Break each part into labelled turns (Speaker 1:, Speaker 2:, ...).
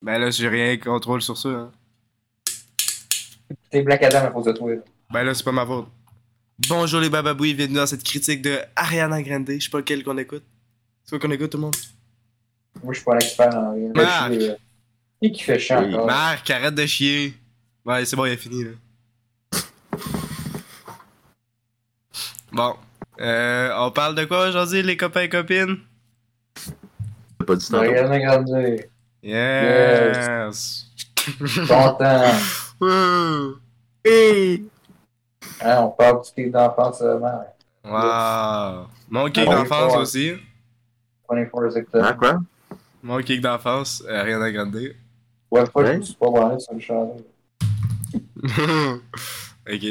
Speaker 1: Ben là, j'ai rien contrôle sur ça. hein.
Speaker 2: T'es Black Adam à cause de toi.
Speaker 1: Ben là, c'est pas ma faute. Bonjour les bababouis, bienvenue dans cette critique de Ariana Grande. Je sais pas lequel qu'on écoute. C'est quoi qu'on écoute, tout le monde?
Speaker 2: Moi, je suis pas l'expert en rien. Moi, je suis, euh, Et qui fait chier
Speaker 3: Oui.
Speaker 2: encore.
Speaker 1: Marc, arrête de chier. Ouais, c'est bon, il a fini, là. Bon. Euh, on parle de quoi aujourd'hui, les copains et copines?
Speaker 3: T'as pas dit tantôt.
Speaker 2: Regarde, regarde.
Speaker 1: Yes!
Speaker 2: Content.
Speaker 1: Wouh. Hey.
Speaker 2: Hein, on parle du livre d'enfance seulement.
Speaker 1: Wow! Mon kick
Speaker 2: Ah,
Speaker 1: d'enfance
Speaker 2: ouais.
Speaker 1: aussi.
Speaker 2: 24
Speaker 3: Hein,
Speaker 2: octobre.
Speaker 3: quoi?
Speaker 1: Mon kick d'enfance, Ariana Grande.
Speaker 2: Ouais, pas que
Speaker 3: Ouais.
Speaker 2: je me suis pas branlé sur le chandail.
Speaker 1: ok.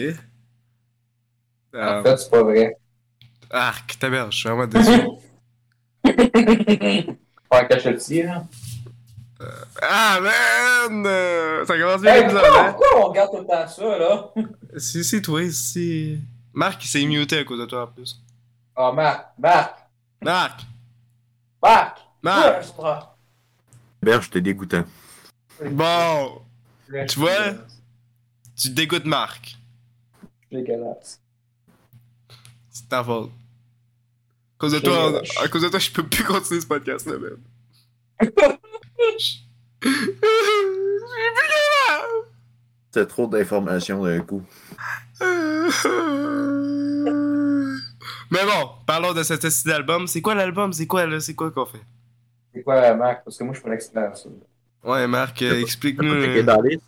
Speaker 2: En
Speaker 1: Euh,
Speaker 2: fait, c'est pas vrai.
Speaker 1: arc, ta mère, je suis vraiment déçu.
Speaker 2: Pas en cache petit, là.
Speaker 1: ah, man! Euh, Ça commence bien
Speaker 2: Hey,
Speaker 1: comme ça,
Speaker 2: pourquoi,
Speaker 1: hein?
Speaker 2: pourquoi on regarde tout le temps ça, là?
Speaker 1: Si, si, toi, si. Marc, il s'est muté à cause de toi en plus.
Speaker 2: Ah, Marc, Marc,
Speaker 1: Marc!
Speaker 2: Marc!
Speaker 1: Marc!
Speaker 2: Ouais,
Speaker 3: Berge, t'es dégoûtant.
Speaker 2: je-
Speaker 1: Bon!
Speaker 2: je-
Speaker 1: Tu vois? Tu dégoûtes Marc.
Speaker 2: C'est dégueulasse.
Speaker 1: C'est ta faute. À cause de
Speaker 2: Je-
Speaker 1: toi, on- à cause de toi, je peux plus continuer ce podcast là, même. Je suis plus capable!
Speaker 3: T'as trop d'informations d'un coup.
Speaker 1: Mais bon, parlons de cet style d'album. C'est quoi l'album? C'est quoi là? C'est quoi qu'on fait?
Speaker 2: C'est quoi, Marc? Parce que moi, je suis pas l'expert, ça.
Speaker 1: Ouais, Marc, euh,
Speaker 3: T'as
Speaker 1: explique-nous.
Speaker 3: pas checké
Speaker 1: euh,
Speaker 3: dans la liste?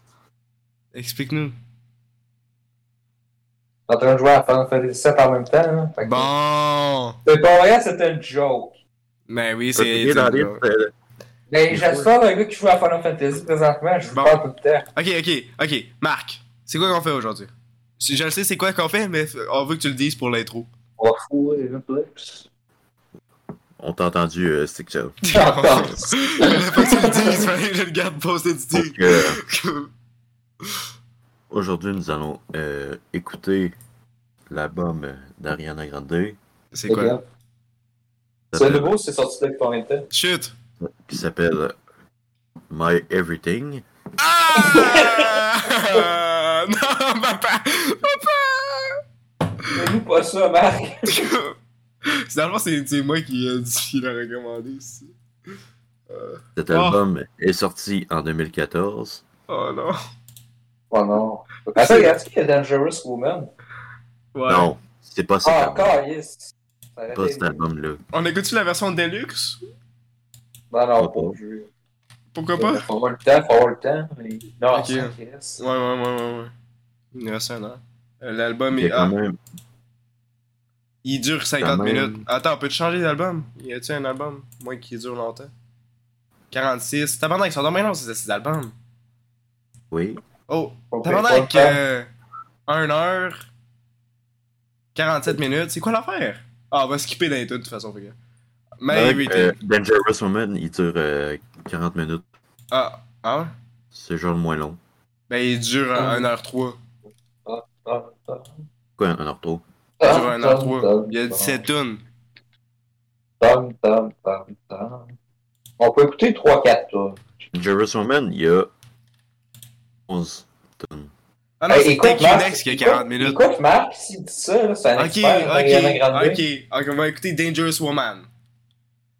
Speaker 1: Explique-nous.
Speaker 2: T'es en train de jouer à Final Fantasy VII en même temps, hein? Fait que-
Speaker 1: Bon!
Speaker 2: C'est pas vrai, c'était une joke.
Speaker 1: Mais oui,
Speaker 3: T'as
Speaker 1: c'est.
Speaker 3: checké dans la liste? euh,
Speaker 2: Mais j'assure un gars qui joue à Final Fantasy présentement, je vous
Speaker 1: Bon.
Speaker 2: parle tout le temps.
Speaker 1: Ok, ok, ok. Marc, c'est quoi qu'on fait aujourd'hui? Si- Je le sais, c'est quoi qu'on fait, mais f- on veut que tu le dises pour l'intro.
Speaker 2: On va fouiller les
Speaker 3: On t'a entendu, euh, Stick Child.
Speaker 2: Encore.
Speaker 1: Il faut que tu le dises, fallait que je le garde posé du
Speaker 3: Donc,
Speaker 1: dick.
Speaker 3: euh, aujourd'hui, nous allons euh, écouter l'album euh, d'Ariana Grande
Speaker 1: C'est quoi?
Speaker 2: C'est nouveau, c'est sorti depuis combien de temps?
Speaker 1: Chut!
Speaker 3: qui s'appelle My Everything.
Speaker 1: Ah! Non, papa!
Speaker 2: Mais nous, pas ça, Marc.
Speaker 1: Finalement, c'est c'est moi qui euh, qui l'a recommandé ici.
Speaker 3: Cet
Speaker 1: Oh.
Speaker 3: album est sorti en 2014.
Speaker 1: Oh non.
Speaker 2: Oh non. Attends, regarde qui est Dangerous Woman.
Speaker 1: Ouais.
Speaker 3: Non, c'est pas cet
Speaker 2: Ah,
Speaker 3: album.
Speaker 2: encore, yes. Ça aurait
Speaker 3: Pas
Speaker 2: été-
Speaker 3: cet album-là.
Speaker 1: On écoute-tu la version Deluxe?
Speaker 2: Non,
Speaker 3: Ah,
Speaker 2: non, pas
Speaker 3: bon.
Speaker 2: jeu.
Speaker 1: Pourquoi pas?
Speaker 2: Faut avoir le temps, faut avoir le temps. mais- Non,
Speaker 1: Ok.
Speaker 2: ça intéresse.
Speaker 1: Ouais, ouais, ouais, ouais. ouais. Il nous reste un an. Euh, L'album
Speaker 3: Il y
Speaker 1: est.
Speaker 3: a quand
Speaker 1: Ah,
Speaker 3: même
Speaker 1: il dure 50
Speaker 3: quand même-
Speaker 1: minutes. Attends, on peut changer d'album? Y a-tu un album? Moi qui dure longtemps. 46. Tabarnak, ils sont dans long, ces ces albums.
Speaker 3: Oui.
Speaker 1: Oh,
Speaker 2: Faut pas-
Speaker 1: tabarnak,
Speaker 2: faut pas-
Speaker 1: euh, 1 heure, 47 minutes, c'est quoi l'affaire? Ah, on va skipper dans les deux, de toute façon, fait que- Mais
Speaker 3: Donc,
Speaker 1: everything.
Speaker 3: euh, Dangerous Woman, il dure euh, 40 minutes.
Speaker 1: Ah, ah ouais?
Speaker 3: C'est genre le moins long.
Speaker 1: Ben, il dure
Speaker 2: Ah.
Speaker 1: 1h03.
Speaker 2: Ah, ah,
Speaker 3: Quoi, un ortho?
Speaker 1: Il dure
Speaker 2: ah, ah,
Speaker 1: 1h03.
Speaker 2: ah,
Speaker 1: Il y a
Speaker 2: ah.
Speaker 1: 17 tonnes.
Speaker 2: Tom, tom, tom, tom. On peut écouter 3-4 tours.
Speaker 3: Dangerous Woman, il y a 11 tonnes.
Speaker 1: Ah non, c'est Tech Next qui a 40 minutes. Ok,
Speaker 2: Écoute, Marc, s'il dit ça, là, c'est un
Speaker 1: ok, Ah,
Speaker 2: expert. là, il y en a grandi.
Speaker 1: ok. Ok, on va écouter Dangerous Woman.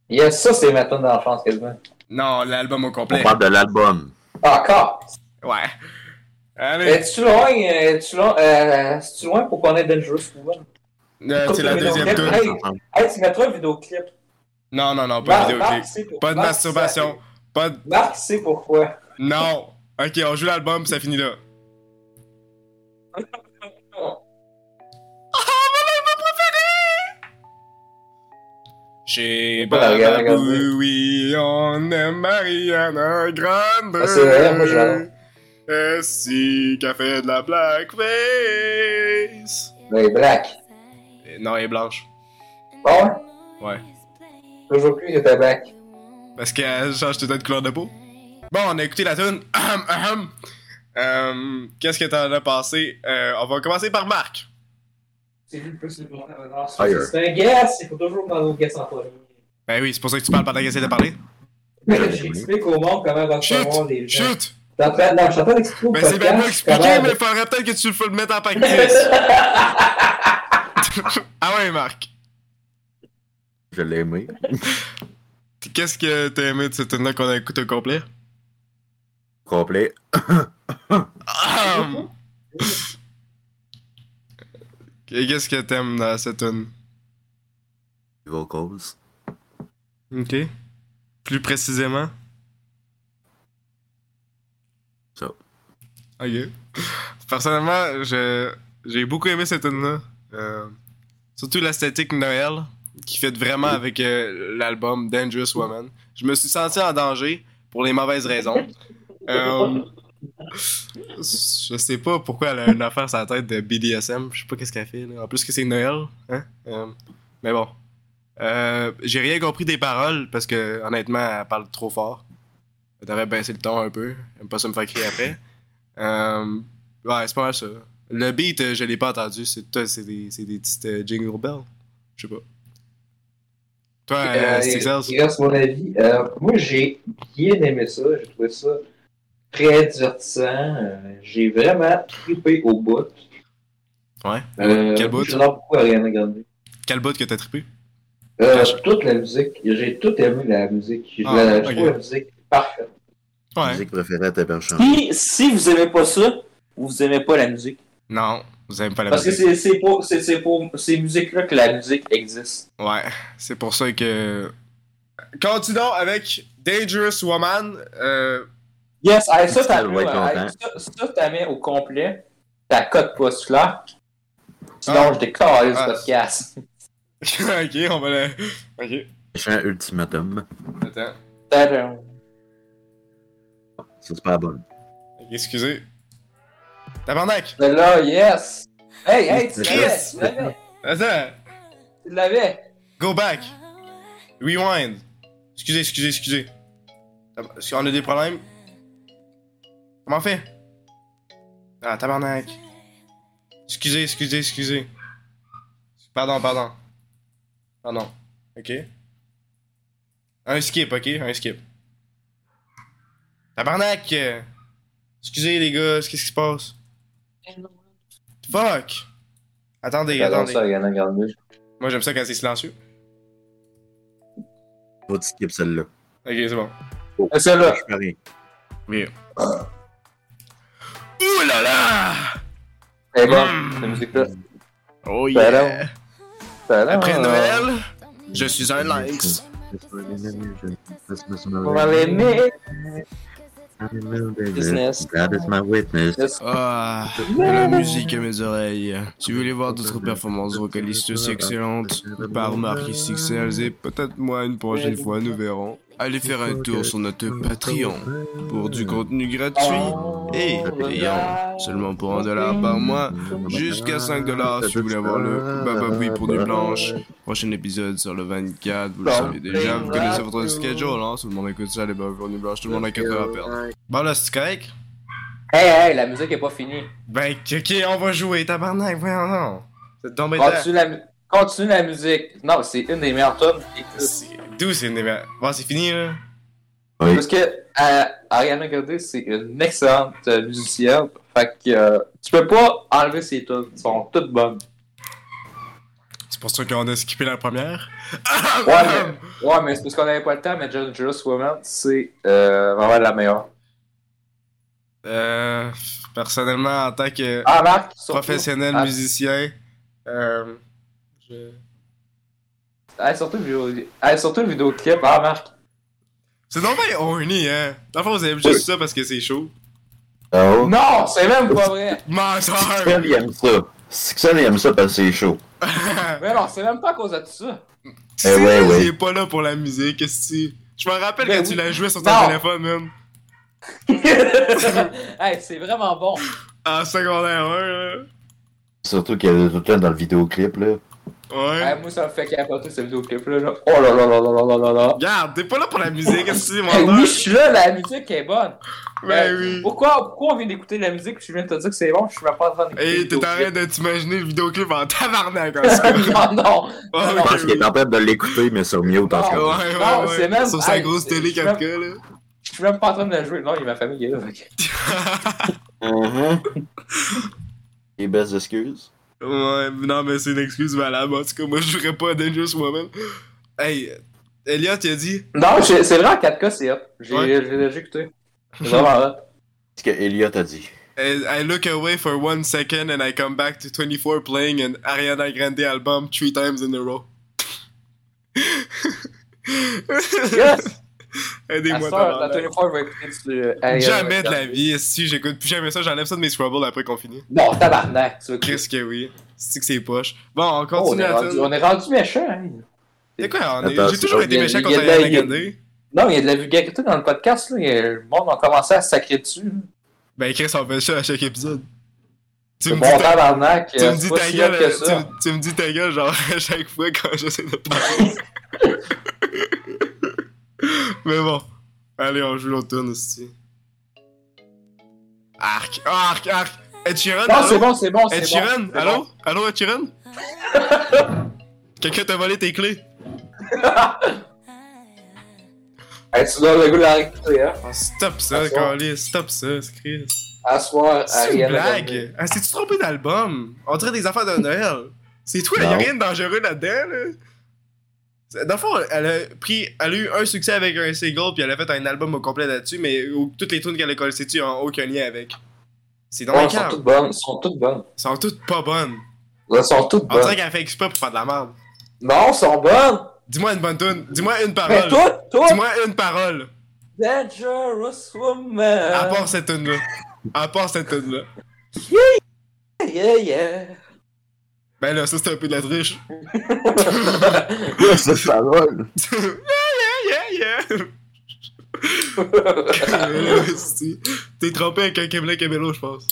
Speaker 2: Yes, ça, c'est ma tune d'enfance quasiment.
Speaker 1: Non, l'album au
Speaker 3: On
Speaker 1: complet.
Speaker 3: parle de l'album.
Speaker 2: Ah, encore!
Speaker 1: Ouais.
Speaker 2: Eh,
Speaker 1: Allez,
Speaker 2: Es-tu loin, euh, es-tu loin, euh, es-tu loin pour qu'on ait Dangerous Woman?
Speaker 1: euh, c'est la
Speaker 2: Mais non,
Speaker 1: deuxième
Speaker 2: mais-
Speaker 1: tune.
Speaker 2: Hey. Hey, tu mettras un vidéoclip.
Speaker 1: Non, non, non, Ah, pas de vidéo. ok.
Speaker 2: sait pour-
Speaker 1: Pas de
Speaker 2: Marc, euh,
Speaker 1: masturbation. Pas de
Speaker 2: sait- Marc sait pourquoi.
Speaker 1: Non! Ok, on joue l'album, ça finit là.
Speaker 2: Oh.
Speaker 1: Chez
Speaker 2: Voilà, regarde, regarde.
Speaker 1: oui, on aime Mariana Grande.
Speaker 2: Ah, c'est vrai, moi, j'adore.
Speaker 1: Et si qu'elle fait de la blackface.
Speaker 2: Mais Ben, Black,
Speaker 1: Et Non, elle est blanche.
Speaker 2: Bon,
Speaker 1: Ouais.
Speaker 2: toujours plus que t'es Black.
Speaker 1: Parce qu'elle change tout le temps de couleur de peau. Bon, on a écouté la tune. Ahem, ahem. Euh, Qu'est-ce que t'en as pensé? Euh, on va commencer par Marc.
Speaker 2: C'est lui le plus important.
Speaker 4: euh,
Speaker 3: Higher.
Speaker 2: C'est un guess, il faut toujours dans nos guess en premier.
Speaker 1: Ben oui, c'est pour ça que tu parles pendant qu'il essaie de parler.
Speaker 4: Mais j'explique au monde comment recevoir
Speaker 1: Chut!
Speaker 4: les gens.
Speaker 1: Chut!
Speaker 4: T'es en train- Non, je suis en train d'expliquer au
Speaker 1: Ben c'est bien
Speaker 4: podcast
Speaker 1: moi expliqué,
Speaker 4: comment-
Speaker 1: mais il faudrait peut-être que tu le mettes en practice. ah ouais, Marc.
Speaker 3: Je l'ai aimé.
Speaker 1: Qu'est-ce que t'as aimé de cette tune-là qu'on a écouté au complet?
Speaker 3: Complet.
Speaker 1: Ahem. Et qu'est-ce que t'aimes dans cette tune?
Speaker 3: Vocals.
Speaker 1: Ok. Plus précisément?
Speaker 3: Ça.
Speaker 1: Ok. Personnellement, je- j'ai beaucoup aimé cette tune-là. Euh, surtout l'esthétique Noël, qui fait vraiment avec euh, l'album Dangerous Woman. Je me suis senti en danger pour les mauvaises raisons. Euh, je sais pas pourquoi elle a une affaire sur la tête de BDSM. Je sais pas qu'est-ce qu'elle fait. là. En plus que c'est Noël. Hein? Euh, mais bon. Euh, J'ai rien compris des paroles parce que honnêtement, elle parle trop fort. Elle devrait baisser le ton un peu. J'aime pas ça me faire crier après. Euh, ouais, c'est pas mal ça. Le beat, euh, je l'ai pas entendu. C'est toi, c'est des, c'est des petites euh, jingle bells. Je sais pas. Toi, euh,
Speaker 4: Euh,
Speaker 1: Six Elves?
Speaker 4: il reste mon avis. Euh, moi, j'ai bien aimé ça. J'ai trouvé ça très divertissant. Euh, j'ai vraiment trippé au bout.
Speaker 1: Ah Ouais.
Speaker 4: Euh,
Speaker 1: Quel bout?
Speaker 4: J'adore beaucoup Ariana Grande.
Speaker 1: Quel bout que t'as trippé?
Speaker 4: Euh, toute la musique. J'ai tout aimé la musique. Je
Speaker 1: Ah,
Speaker 4: la- je
Speaker 1: ok.
Speaker 4: trouve la musique parfaite.
Speaker 1: Ouais.
Speaker 3: Musique préférée à ta belle chanson.
Speaker 2: Si, si vous aimez pas ça, vous aimez pas la musique.
Speaker 1: Non, vous aimez pas la
Speaker 2: Parce que
Speaker 1: musique.
Speaker 2: c'est c'est pour, c'est- c'est pour ces musiques-là que la musique existe.
Speaker 1: Ouais, c'est pour ça que. Continuons avec Dangerous Woman. euh,
Speaker 2: Yes, hey, ça,
Speaker 3: Ça
Speaker 2: t'as
Speaker 3: doit être
Speaker 2: hey, ça, ça, t'as mis au complet. T'as cote pas sur là. Sinon,
Speaker 1: Ah.
Speaker 2: je décale
Speaker 1: Ah.
Speaker 2: ce podcast.
Speaker 1: ok, on va le. Ok.
Speaker 3: Chant ultimatum.
Speaker 1: Attends.
Speaker 2: Tadam.
Speaker 3: Ça, c'est pas la bonne.
Speaker 1: Ok, Excusez. Tabarnak!
Speaker 2: Mais ben là, yes. Hey, hey, tu l'avais,
Speaker 1: Yes.
Speaker 2: tu l'avais,
Speaker 1: Attends!
Speaker 2: tu l'avais.
Speaker 1: Go back! Rewind! Excusez, excusez, excusez. Tab- Est-ce qu'on a des problèmes? Comment on fait? Ah, tabarnak. Excusez, excusez, excusez. Pardon, pardon. Pardon. Ok. Un skip, ok? Un skip. Tabarnak! euh, Excusez les gars, qu'est-ce qui se passe? Fuck! Attendez,
Speaker 4: J'adore
Speaker 1: attendez.
Speaker 4: ça, Ariana Grande.
Speaker 1: Moi j'aime ça quand c'est silencieux.
Speaker 3: Faut que tu skippes celle-là.
Speaker 1: Ok, c'est bon.
Speaker 2: C'est celle-là.
Speaker 3: Je fais rien.
Speaker 1: Ouh là là!
Speaker 2: C'est bon,
Speaker 1: Mm.
Speaker 2: cette musique-là.
Speaker 1: Oh
Speaker 2: yeah. Tadam.
Speaker 1: Après Noël, je suis un lynx.
Speaker 2: On va l'aimer. Business.
Speaker 3: That is my witness.
Speaker 1: Ah, la musique à mes oreilles. Si vous voulez voir d'autres performances vocalistes aussi excellentes par Marc et Six Elves et peut-être moi une prochaine fois, nous verrons. Allez faire un tour sur notre Patreon pour du contenu gratuit et payant seulement pour un dollar par mois.
Speaker 2: Ah,
Speaker 1: Jusqu'à 5 dollars si vous voulez avoir le Baba Bouille pour du blanche. Prochain épisode sur le 24, vous le savez déjà, vous connaissez votre schedule, hein. Tout le monde écoute ça, les Baba Bouille blanche, tout le monde a 4 heures à perdre. Bon là, c'est correct?
Speaker 2: Hey, hey, la musique est pas finie.
Speaker 1: Ben, ok, on va jouer, tabarnak, voyons non. C'est tombé
Speaker 2: Continue la, mu- continue la musique. Non, c'est une des meilleures tunes qui existe.
Speaker 1: D'où c'est une Bon, c'est fini, là.
Speaker 3: Oui.
Speaker 2: Parce que euh, Ariana Grande, c'est une excellente euh, musicienne. Fait que euh, tu peux pas enlever ses tunes. Elles sont toutes bonnes.
Speaker 1: C'est pour ça qu'on a skippé la première. Ah,
Speaker 2: Ouais, mais, ouais, mais c'est parce qu'on avait pas le temps, mais Dangerous Woman, c'est euh, vraiment la meilleure.
Speaker 1: Euh, personnellement, en tant que
Speaker 2: Ah, Marc, surtout,
Speaker 1: professionnel
Speaker 2: ah,
Speaker 1: musicien, euh, je-
Speaker 2: ah, surtout, le vidéo- ah, surtout le vidéoclip. Ah, Marc,
Speaker 1: C'est donc bien horny, hein. Dans le fond, vous aimez juste ça parce que c'est chaud.
Speaker 3: Oh.
Speaker 2: non, c'est même pas vrai.
Speaker 1: Menteur!
Speaker 3: Sixel, il aime ça. Sixel, il aime ça parce que c'est chaud.
Speaker 2: Mais non, c'est même pas à cause de ça.
Speaker 1: C'est
Speaker 3: Eh ouais, ouais.
Speaker 1: il est pas là pour la musique, qu'est-ce que tu- Je me rappelle
Speaker 2: Ben
Speaker 1: quand
Speaker 2: oui.
Speaker 1: tu l'as joué sur
Speaker 2: Non.
Speaker 1: ton téléphone, même.
Speaker 2: hey, c'est vraiment bon.
Speaker 1: En secondaire 1, là.
Speaker 3: Surtout qu'il y a tout le temps dans le vidéoclip, là.
Speaker 1: Ouais.
Speaker 2: Hey, moi, ça me fait capoter ce vidéoclip-là. là. Oh là là là là là là là là.
Speaker 3: Eh,
Speaker 1: Regarde, t'es pas là pour la musique, est-ce que c'est
Speaker 2: Hey,
Speaker 1: menteur?
Speaker 2: oui, je suis là, la musique est bonne.
Speaker 1: Ben
Speaker 2: Euh,
Speaker 1: oui.
Speaker 2: Pourquoi, pourquoi on vient d'écouter de la musique puis je viens de te dire que c'est bon, je suis même pas en train d'écouter.
Speaker 1: Hey,
Speaker 2: le
Speaker 1: Eh, t'es en train
Speaker 2: vidéoclip.
Speaker 1: de t'imaginer le vidéoclip en tabarnak comme ça.
Speaker 2: non, non.
Speaker 1: Ah,
Speaker 3: Je
Speaker 1: ok,
Speaker 3: pense qu'il est en train de l'écouter, mais sur mute en ce
Speaker 1: Ouais,
Speaker 2: Non.
Speaker 3: moment.
Speaker 1: ouais,
Speaker 2: Non,
Speaker 1: ouais.
Speaker 2: c'est même-
Speaker 1: Sur sa
Speaker 2: hey,
Speaker 1: grosse
Speaker 2: c'est-
Speaker 1: télé
Speaker 2: c'est
Speaker 1: 4K, là.
Speaker 2: Je suis même pas en train de la jouer. Non, il y a ma famille qui est là. fait
Speaker 3: Mhm. Les belles excuses.
Speaker 1: Ouais, non, mais c'est une excuse valable. En tout cas, moi, je jouerais pas à Dangerous Woman. Hey, Elliot, il a dit.
Speaker 2: que- Non, j'ai- c'est vrai, en 4K, c'est hot. J'ai
Speaker 1: Ouais.
Speaker 2: j'ai déjà écouté. C'est vraiment hot.
Speaker 3: Ce que Elliot a dit.
Speaker 1: I I look away for one second and I come back to 24 playing an Ariana Grande album three times in a row.
Speaker 2: Yes! À
Speaker 1: Aidez-moi,
Speaker 2: ce soir, la
Speaker 1: tabarnak.
Speaker 2: 24, je vais écouter du. euh, Ariana
Speaker 1: Jamais de
Speaker 2: Grande.
Speaker 1: la vie. Si j'écoute plus jamais ça, j'enlève ça de mes Scrabble après qu'on finit.
Speaker 2: Non, tabarnak, tu veux écouter.
Speaker 1: Chris que oui. C'est que c'est poche. Bon, on
Speaker 2: Oh, on,
Speaker 1: continue
Speaker 2: est
Speaker 1: à
Speaker 2: rendu, on est rendu méchant, hein.
Speaker 1: C'est quoi, on est-
Speaker 3: Attends,
Speaker 1: j'ai toujours
Speaker 3: c'est-
Speaker 1: été
Speaker 2: il y a-
Speaker 1: méchant
Speaker 2: il y a
Speaker 1: contre
Speaker 2: de la-
Speaker 1: Ariana
Speaker 2: il y a-
Speaker 1: Grande.
Speaker 2: Non, il y a de la vulgarité dans le podcast, là. Il y a- Le monde a commencé à se sacrer dessus.
Speaker 1: Ben, Chris, on fait ça à chaque épisode. Tu
Speaker 2: C'est
Speaker 1: me
Speaker 2: bon
Speaker 1: dis ta-
Speaker 2: tabarnak.
Speaker 1: Tu
Speaker 2: euh,
Speaker 1: me dis
Speaker 2: c'est pas
Speaker 1: ta
Speaker 2: si hot
Speaker 1: gueule,
Speaker 2: que
Speaker 1: tu,
Speaker 2: ça.
Speaker 1: me- tu me dis ta gueule genre à chaque fois quand j'essaie de parler. Mais bon, allez on joue l'autre tourne aussi. Arc, Oh, arc, arc. Ed Sheeran,
Speaker 2: Non,
Speaker 1: allô?
Speaker 2: c'est bon, c'est bon, c'est
Speaker 1: Ed
Speaker 2: bon.
Speaker 1: Sheeran,
Speaker 2: c'est
Speaker 1: allô? Allô Ed Sheeran? Quelqu'un t'a volé tes clés?
Speaker 2: Hey, tu dois le goût de la réécouter, hein.
Speaker 1: Oh, stop ça,
Speaker 2: Bonsoir.
Speaker 1: Carly, stop ça, c'est Chris.
Speaker 2: À ce soir,
Speaker 1: C'est une
Speaker 2: Ariana
Speaker 1: blague!
Speaker 2: Grande.
Speaker 1: Ah, c'est-tu trompé d'album? On dirait des affaires de Noël. C'est tout, il a
Speaker 3: Non.
Speaker 1: rien de dangereux là-dedans, là. C'est- Dans le fond, elle a, pris, elle a eu un succès avec un single, puis elle a fait un album au complet là-dessus, mais où- toutes les tunes qu'elle a collées dessus n'ont aucun lien avec. C'est dans
Speaker 2: Ouais,
Speaker 1: la
Speaker 2: elles sont
Speaker 1: cave.
Speaker 2: toutes bonnes. Elles sont toutes bonnes.
Speaker 1: Elles sont toutes pas bonnes.
Speaker 2: Elles sont toutes
Speaker 1: On dirait
Speaker 2: bonnes.
Speaker 1: qu'elle fait exprès pour faire de la merde.
Speaker 2: Non, elles sont bonnes.
Speaker 1: Dis-moi une bonne tune. Dis-moi une
Speaker 2: Mais
Speaker 1: parole.
Speaker 2: toutes, toutes.
Speaker 1: Ah, Dis-moi une parole.
Speaker 2: Dangerous
Speaker 1: À
Speaker 2: Woman.
Speaker 1: part cette tune-là. À part cette tune-là.
Speaker 2: Yeah, yeah.
Speaker 1: Ben là, ça c'est un peu de la triche.
Speaker 3: Ça, ça va.
Speaker 1: yeah, yeah, yeah! Cabello, esti. T'es trompé avec un Camila Cabello, je pense.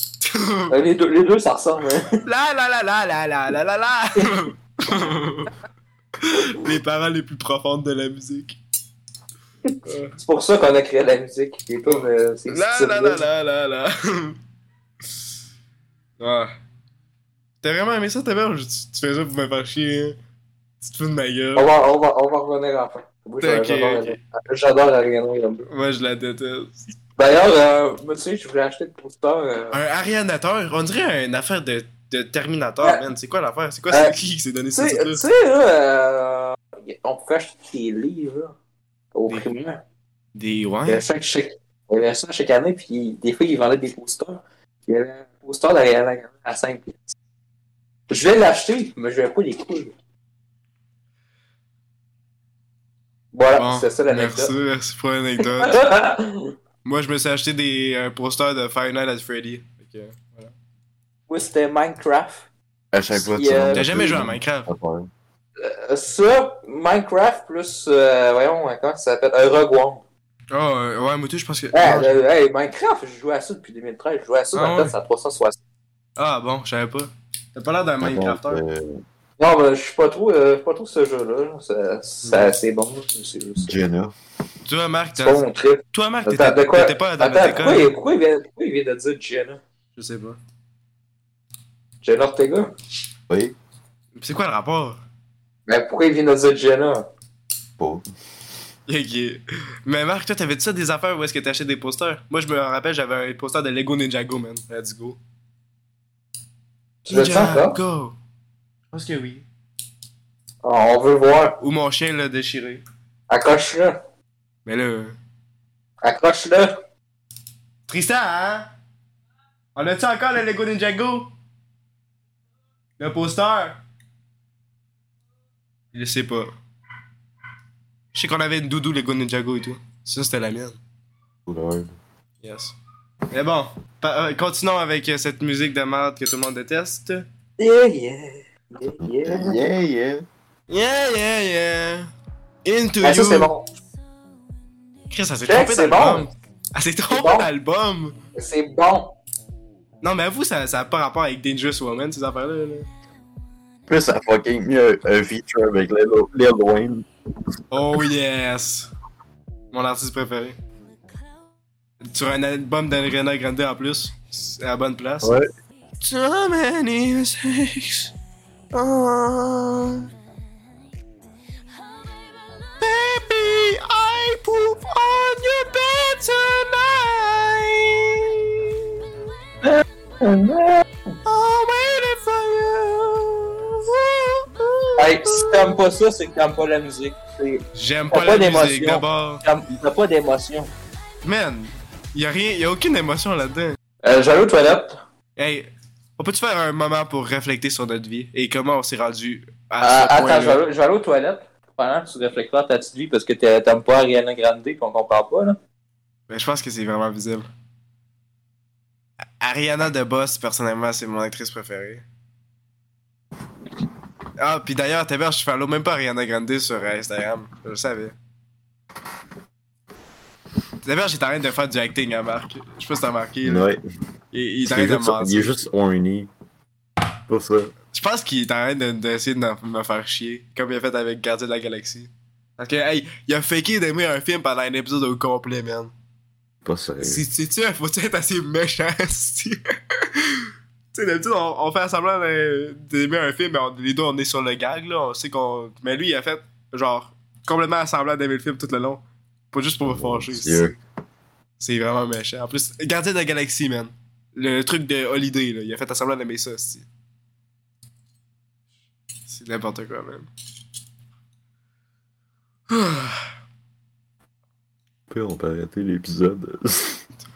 Speaker 2: Euh, les, deux, les deux, ça ressemble, hein.
Speaker 1: la la la la la la la la la. les paroles les plus profondes de la musique.
Speaker 2: C'est pour ça qu'on a créé la musique. Les tunes, euh, c'est
Speaker 1: La
Speaker 2: stylé.
Speaker 1: la la la la la. Ah. T'as vraiment aimé ça, ta mère? Tu, tu fais ça pour me faire chier, hein? Tu te fous de ma gueule.
Speaker 2: On va, on va, on va revenir enfin. Moi, j'a-
Speaker 1: Ok,
Speaker 2: j'adore
Speaker 1: ok.
Speaker 2: la- J'adore Ariana Grande.
Speaker 1: Moi, je la déteste.
Speaker 2: D'ailleurs, euh, moi, tu sais, je voulais acheter le poster. euh,
Speaker 1: Un Arianateur, on dirait une affaire de, de Terminator,
Speaker 2: Ouais.
Speaker 1: man. C'est quoi l'affaire? C'est quoi
Speaker 2: Euh,
Speaker 1: c'est qui qui s'est donné
Speaker 2: Tu
Speaker 1: ce
Speaker 2: sais,
Speaker 1: titre-là?
Speaker 2: tu sais, là, euh, y- on pouvait acheter des livres, là, au
Speaker 1: Des-
Speaker 2: primaire.
Speaker 1: Des
Speaker 2: Il y
Speaker 1: ouais.
Speaker 2: avait ça chaque, il y avait ça chaque année, puis des fois, ils vendaient des posters. Il y avait un poster d'Ariana Grande à 5 pièces. Je vais l'acheter, mais je vais pas les couilles. Voilà,
Speaker 1: Bon,
Speaker 2: c'est ça
Speaker 1: merci,
Speaker 2: l'anecdote.
Speaker 1: merci pour l'anecdote. Moi, je me suis acheté des euh, posters de Five Nights at Freddy. Fait que, euh, voilà.
Speaker 2: Moi, c'était Minecraft.
Speaker 3: À chaque fois, tu
Speaker 2: Yeah.
Speaker 3: rentres
Speaker 1: T'as
Speaker 3: dans
Speaker 1: jamais
Speaker 3: tes-
Speaker 1: joué à Minecraft?
Speaker 2: Euh, ça, Minecraft plus, euh, voyons, comment ça s'appelle? Un Rogue One.
Speaker 1: Oh, euh, ouais, Moutou, je pense que.
Speaker 2: Ah,
Speaker 1: non, je-
Speaker 2: le- hey, Minecraft, je jouais à ça depuis 2013. Je jouais à ça
Speaker 1: Ah
Speaker 2: dans
Speaker 1: ouais.
Speaker 2: le temps, c'est à 360.
Speaker 1: Ah bon, je savais pas. T'as pas l'air
Speaker 2: Ah,
Speaker 1: d'un
Speaker 3: Minecraft.
Speaker 1: Minecrafter.
Speaker 2: Non, mais je suis pas trop, euh, je suis pas trop ce jeu-là. Ça,
Speaker 1: Hmm.
Speaker 2: ça, c'est bon. C'est juste.
Speaker 3: Jenna.
Speaker 1: Toi, Marc,
Speaker 2: C'est
Speaker 1: t'as-
Speaker 2: pas mon trip.
Speaker 1: toi, Marc,
Speaker 2: Attends, de
Speaker 1: t'étais
Speaker 2: quoi-
Speaker 1: t'étais pas dans
Speaker 2: Attends,
Speaker 1: notre
Speaker 2: pourquoi,
Speaker 1: école.
Speaker 2: il- pourquoi, il vient, pourquoi il vient de dire Jenna
Speaker 1: Je sais pas.
Speaker 2: Jenna Ortega
Speaker 3: Oui,
Speaker 1: C'est quoi le rapport?
Speaker 2: Mais Ben, pourquoi il vient de dire Jenna
Speaker 3: pas.
Speaker 1: Ok. Mais Marc, toi, t'avais-tu ça des affaires où est-ce que t'achetais des posters? Moi, je me rappelle, j'avais un poster de Lego Ninjago, man. Let's go.
Speaker 2: Tu le sens encore
Speaker 1: Ninjago! Je pense que oui.
Speaker 2: Ah, On veut voir.
Speaker 1: Ou mon chien l'a déchiré.
Speaker 2: Accroche-le.
Speaker 1: Mais là.
Speaker 2: Accroche-le.
Speaker 1: Tristan, hein? On a-tu encore le Lego Ninjago? Le poster? Je sais pas. Je sais qu'on avait une doudou Lego Ninjago et tout. Ça, c'était la mienne.
Speaker 3: Couleur.
Speaker 1: Yes. Mais bon, pa- euh, continuons avec euh, cette musique de merde que tout le monde déteste.
Speaker 2: Yeah, yeah. Yeah, yeah.
Speaker 3: Yeah, yeah.
Speaker 1: Yeah, yeah, yeah. Into
Speaker 2: Ah,
Speaker 1: you.
Speaker 2: ça, c'est bon.
Speaker 1: Chris, ça s'est
Speaker 2: Check,
Speaker 1: trompé
Speaker 2: c'est
Speaker 1: d'album.
Speaker 2: bon.
Speaker 1: Elle s'est trompée
Speaker 2: bon.
Speaker 1: d'album.
Speaker 2: C'est bon.
Speaker 1: Non, mais avoue, ça n'a pas rapport avec Dangerous Woman, ces affaires-là. là.
Speaker 3: Plus ça fucking mieux un feature avec Lil Lil Wayne.
Speaker 1: Oh yes! Mon artiste préféré. sur un album d'Ariana Grande en plus, c'est à la bonne place.
Speaker 3: Ouais.
Speaker 1: So many mistakes. Oh. Baby, I poop on your bed tonight. I'm waiting for you.
Speaker 2: Hey, si t'aimes pas ça, c'est que t'aimes pas la musique. C'est-
Speaker 1: J'aime
Speaker 2: T'as
Speaker 1: pas, la
Speaker 2: pas
Speaker 1: musique
Speaker 2: d'émotion.
Speaker 1: d'abord.
Speaker 2: T'as t'as pas d'émotion.
Speaker 1: Man, y a rien, y a aucune émotion là-dedans.
Speaker 2: Euh, J'allais aux toilettes.
Speaker 1: Hey, on peut-tu faire un moment pour réfléter sur notre vie et comment on s'est rendu à
Speaker 2: Euh,
Speaker 1: ce
Speaker 2: attends,
Speaker 1: point-là?
Speaker 2: je vais aller- je vais aller aux toilettes. Pendant que tu réfléchis à ta petite vie parce que t'es- t'aimes pas Ariana Grande et qu'on comprend pas, là.
Speaker 1: Mais Ben, je pense que c'est vraiment visible. Ariana DeBoss, personnellement, c'est mon actrice préférée. Ah, puis d'ailleurs, Taber, je follow même pas Ariana Grande sur euh, Instagram. Je le savais. Taber, j'étais en train de faire du acting à Marc. Je sais pas si t'as remarqué. là.
Speaker 3: Ouais.
Speaker 1: Il, il est en train
Speaker 3: Il est
Speaker 1: de
Speaker 3: juste- il
Speaker 1: mentir.
Speaker 3: est juste horny. Pour ça.
Speaker 1: Je pense qu'il est en train de- d'essayer de, m'en- me faire chier, comme il a fait avec Gardien de la Galaxie. Parce que, hey, il a faké d'aimer un film pendant un épisode au complet, man.
Speaker 3: Pas sérieux.
Speaker 1: C'est-tu, faut-tu être assez méchant, si- Tu sais, d'habitude, on, on fait semblant de- d'aimer un film, mais on- les deux, on est sur le gag, là, on sait qu'on... Mais lui, il a fait, genre, complètement semblant d'aimer le film tout le long. Pas juste pour me
Speaker 3: Mon
Speaker 1: fâcher. C'est-
Speaker 3: Dieu.
Speaker 1: C'est vraiment méchant. En plus, Gardien de la Galaxie, man. Le truc de Holiday, là, il a fait semblant d'aimer ça, si. C'est n'importe quoi, man.
Speaker 3: Puis on peut arrêter l'épisode.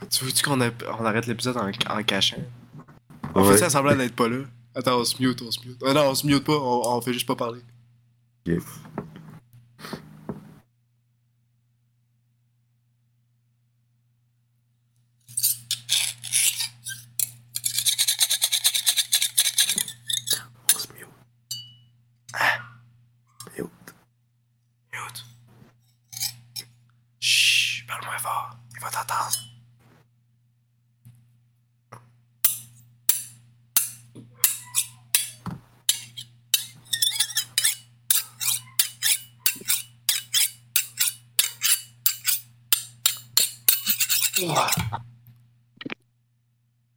Speaker 1: Tu veux-tu qu'on a- on arrête l'épisode en, en cachant? On
Speaker 3: Ouais.
Speaker 1: fait ça semblant d'être pas là. Attends, on se mute, on se mute. Ah non, on se mute pas, on, on fait juste pas parler.
Speaker 3: Ok. On se mute. Mute.
Speaker 1: Mute. Chut, parle moins fort, il va t'entendre.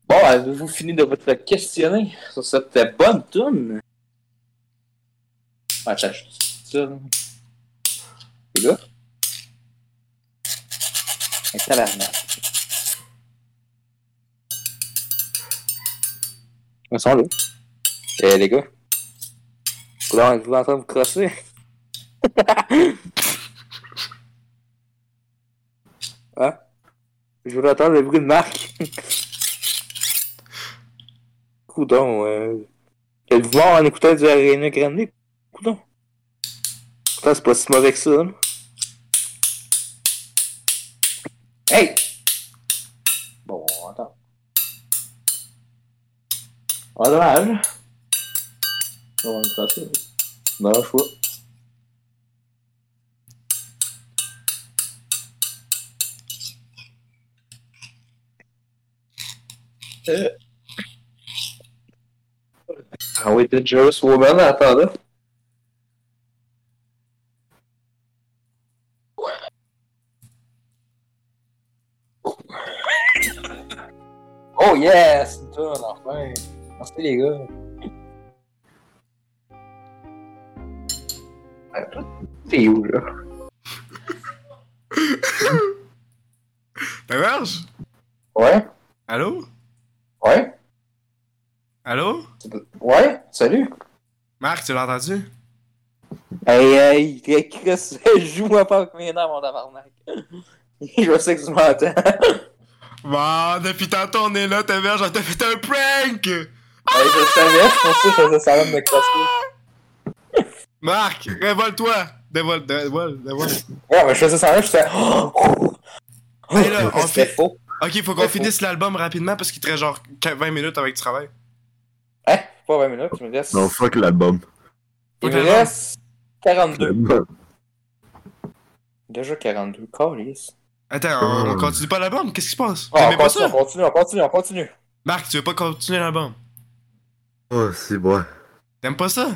Speaker 2: Bon, avez-vous fini de votre questionner sur cette euh, bonne tune? Attends, je dis ça. là. C'est là. Attends la Ils sont là. Eh, les gars. Vous l'en- vous l'entendez vous crosser? hein? Je voulais entendre le bruit de Marc. Coudon, euh. Quel voir en écoutant du Arena Grande, coudon. Pourtant, c'est pas si mauvais que ça, hein. Hey! Bon, attends. Ah, dommage. On va le passer. Non, je vois. Ah oui, Dangerous Woman, attends là. Oh yes, c'est une tourne, enfin. Merci les gars. Ah,
Speaker 4: T'es où, là?
Speaker 1: Ça marche?
Speaker 2: Ouais,
Speaker 1: Ben Allô?
Speaker 2: ouais,
Speaker 1: Allô?
Speaker 2: ouais, salut.
Speaker 1: Marc, tu l'as entendu?
Speaker 2: Hey, hey, hey, Chris, joue-moi pas avec mes nerfs, mon tabarnak. Je sais que tu m'entends.
Speaker 1: Bon, Bah, depuis tantôt, on est là, ta mère, j'en t'ai fait un prank!
Speaker 2: Hey, je savais, c'est pour ça que je faisais ça là de me crosser.
Speaker 1: Marc, révole-toi! Dévoile, dévoile, dévoile.
Speaker 2: Ouais, mais je faisais ça là, je faisais.
Speaker 1: Hey, là, on
Speaker 2: C'était
Speaker 1: fait-
Speaker 2: faux.
Speaker 1: Ok, faut qu'on finisse l'album rapidement parce qu'il te reste genre 20 minutes avec du travail.
Speaker 2: Hein? Pas 20 minutes, je me laisse.
Speaker 3: Non, fuck l'album.
Speaker 2: Il
Speaker 1: Faut
Speaker 2: me
Speaker 1: que j'avance.
Speaker 2: reste 42.
Speaker 3: L'album.
Speaker 2: Déjà 42. Calice.
Speaker 1: Attends, on, on
Speaker 3: Euh.
Speaker 1: continue pas l'album? Qu'est-ce qui se passe?
Speaker 2: Ah,
Speaker 1: T'aimais
Speaker 2: on
Speaker 1: pas
Speaker 2: continue, on
Speaker 1: ça?
Speaker 2: continue, on continue, on continue.
Speaker 1: Marc, tu veux pas continuer l'album?
Speaker 3: Oh, c'est bon.
Speaker 1: T'aimes pas ça?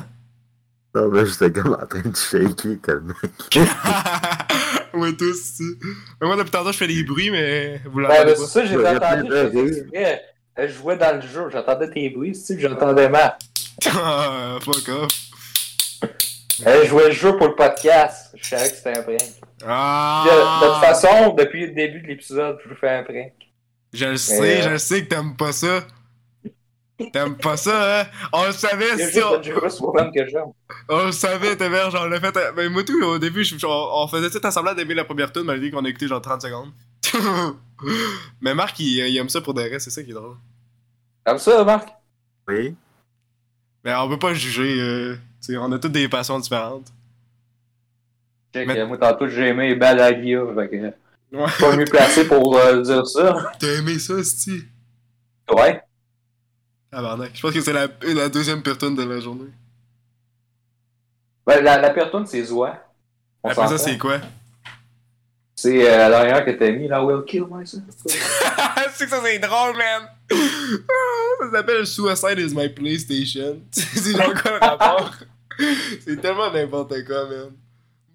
Speaker 3: Non, mais j'étais comme en train de shaker tellement.
Speaker 1: ouais, Oui, tous, si. Mais Moi, depuis tantôt, je fais des bruits, mais vous
Speaker 2: Ben,
Speaker 1: l'entendez
Speaker 2: ben,
Speaker 1: pas.
Speaker 2: c'est ça, j'ai
Speaker 3: Ouais,
Speaker 2: entendu.
Speaker 3: j'ai
Speaker 2: Je,
Speaker 3: entendu.
Speaker 2: faisais exprès. Euh, je jouais dans le jeu, j'entendais tes bruits, tu sais, puis j'entendais mal.
Speaker 1: Ah, fuck off.
Speaker 2: Euh, je jouais le jeu pour le podcast. Je savais que c'était un prank.
Speaker 1: Ah!
Speaker 2: Puis, euh, De toute façon, depuis le début de l'épisode, je vous fais un prank.
Speaker 1: Je le sais,
Speaker 2: euh,
Speaker 1: je le sais que t'aimes pas ça. T'aimes pas ça, hein? On le savait,
Speaker 2: Il y a
Speaker 1: si
Speaker 2: juste
Speaker 1: on,
Speaker 2: le jeu sur moi-même que j'aime.
Speaker 1: on le savait, t'es vert, genre, on l'a fait. à- Ben, moi, tout, au début, je- on, on faisait tout semblant d'aimer la première tune, malgré qu'on a écouté genre 30 secondes. mais Marc, il, il aime ça pour des restes, c'est ça qui est drôle.
Speaker 2: Comme ça, Marc?
Speaker 3: Oui.
Speaker 1: Mais on peut pas juger, euh, tu sais, on a toutes des passions différentes.
Speaker 2: Check,
Speaker 1: Mais-
Speaker 2: euh, Moi, tantôt, j'ai aimé Balagia. Fait que, euh,
Speaker 1: Ouais.
Speaker 2: je suis pas mieux placé pour euh, dire ça.
Speaker 1: T'as aimé ça, Sty?
Speaker 2: Ouais.
Speaker 1: Tabarnak. Je pense que c'est la, la deuxième personne de la journée.
Speaker 2: Ben, la, la personne, c'est Zoa. On
Speaker 1: Après ça,
Speaker 2: s'entend.
Speaker 1: c'est quoi?
Speaker 2: C'est euh, la dernière que t'as mis, là, Will Kill Myself.
Speaker 1: c'est que ça, c'est drôle, man! Ah, ça s'appelle Suicide is my PlayStation. c'est genre quoi le rapport? c'est tellement n'importe quoi, man.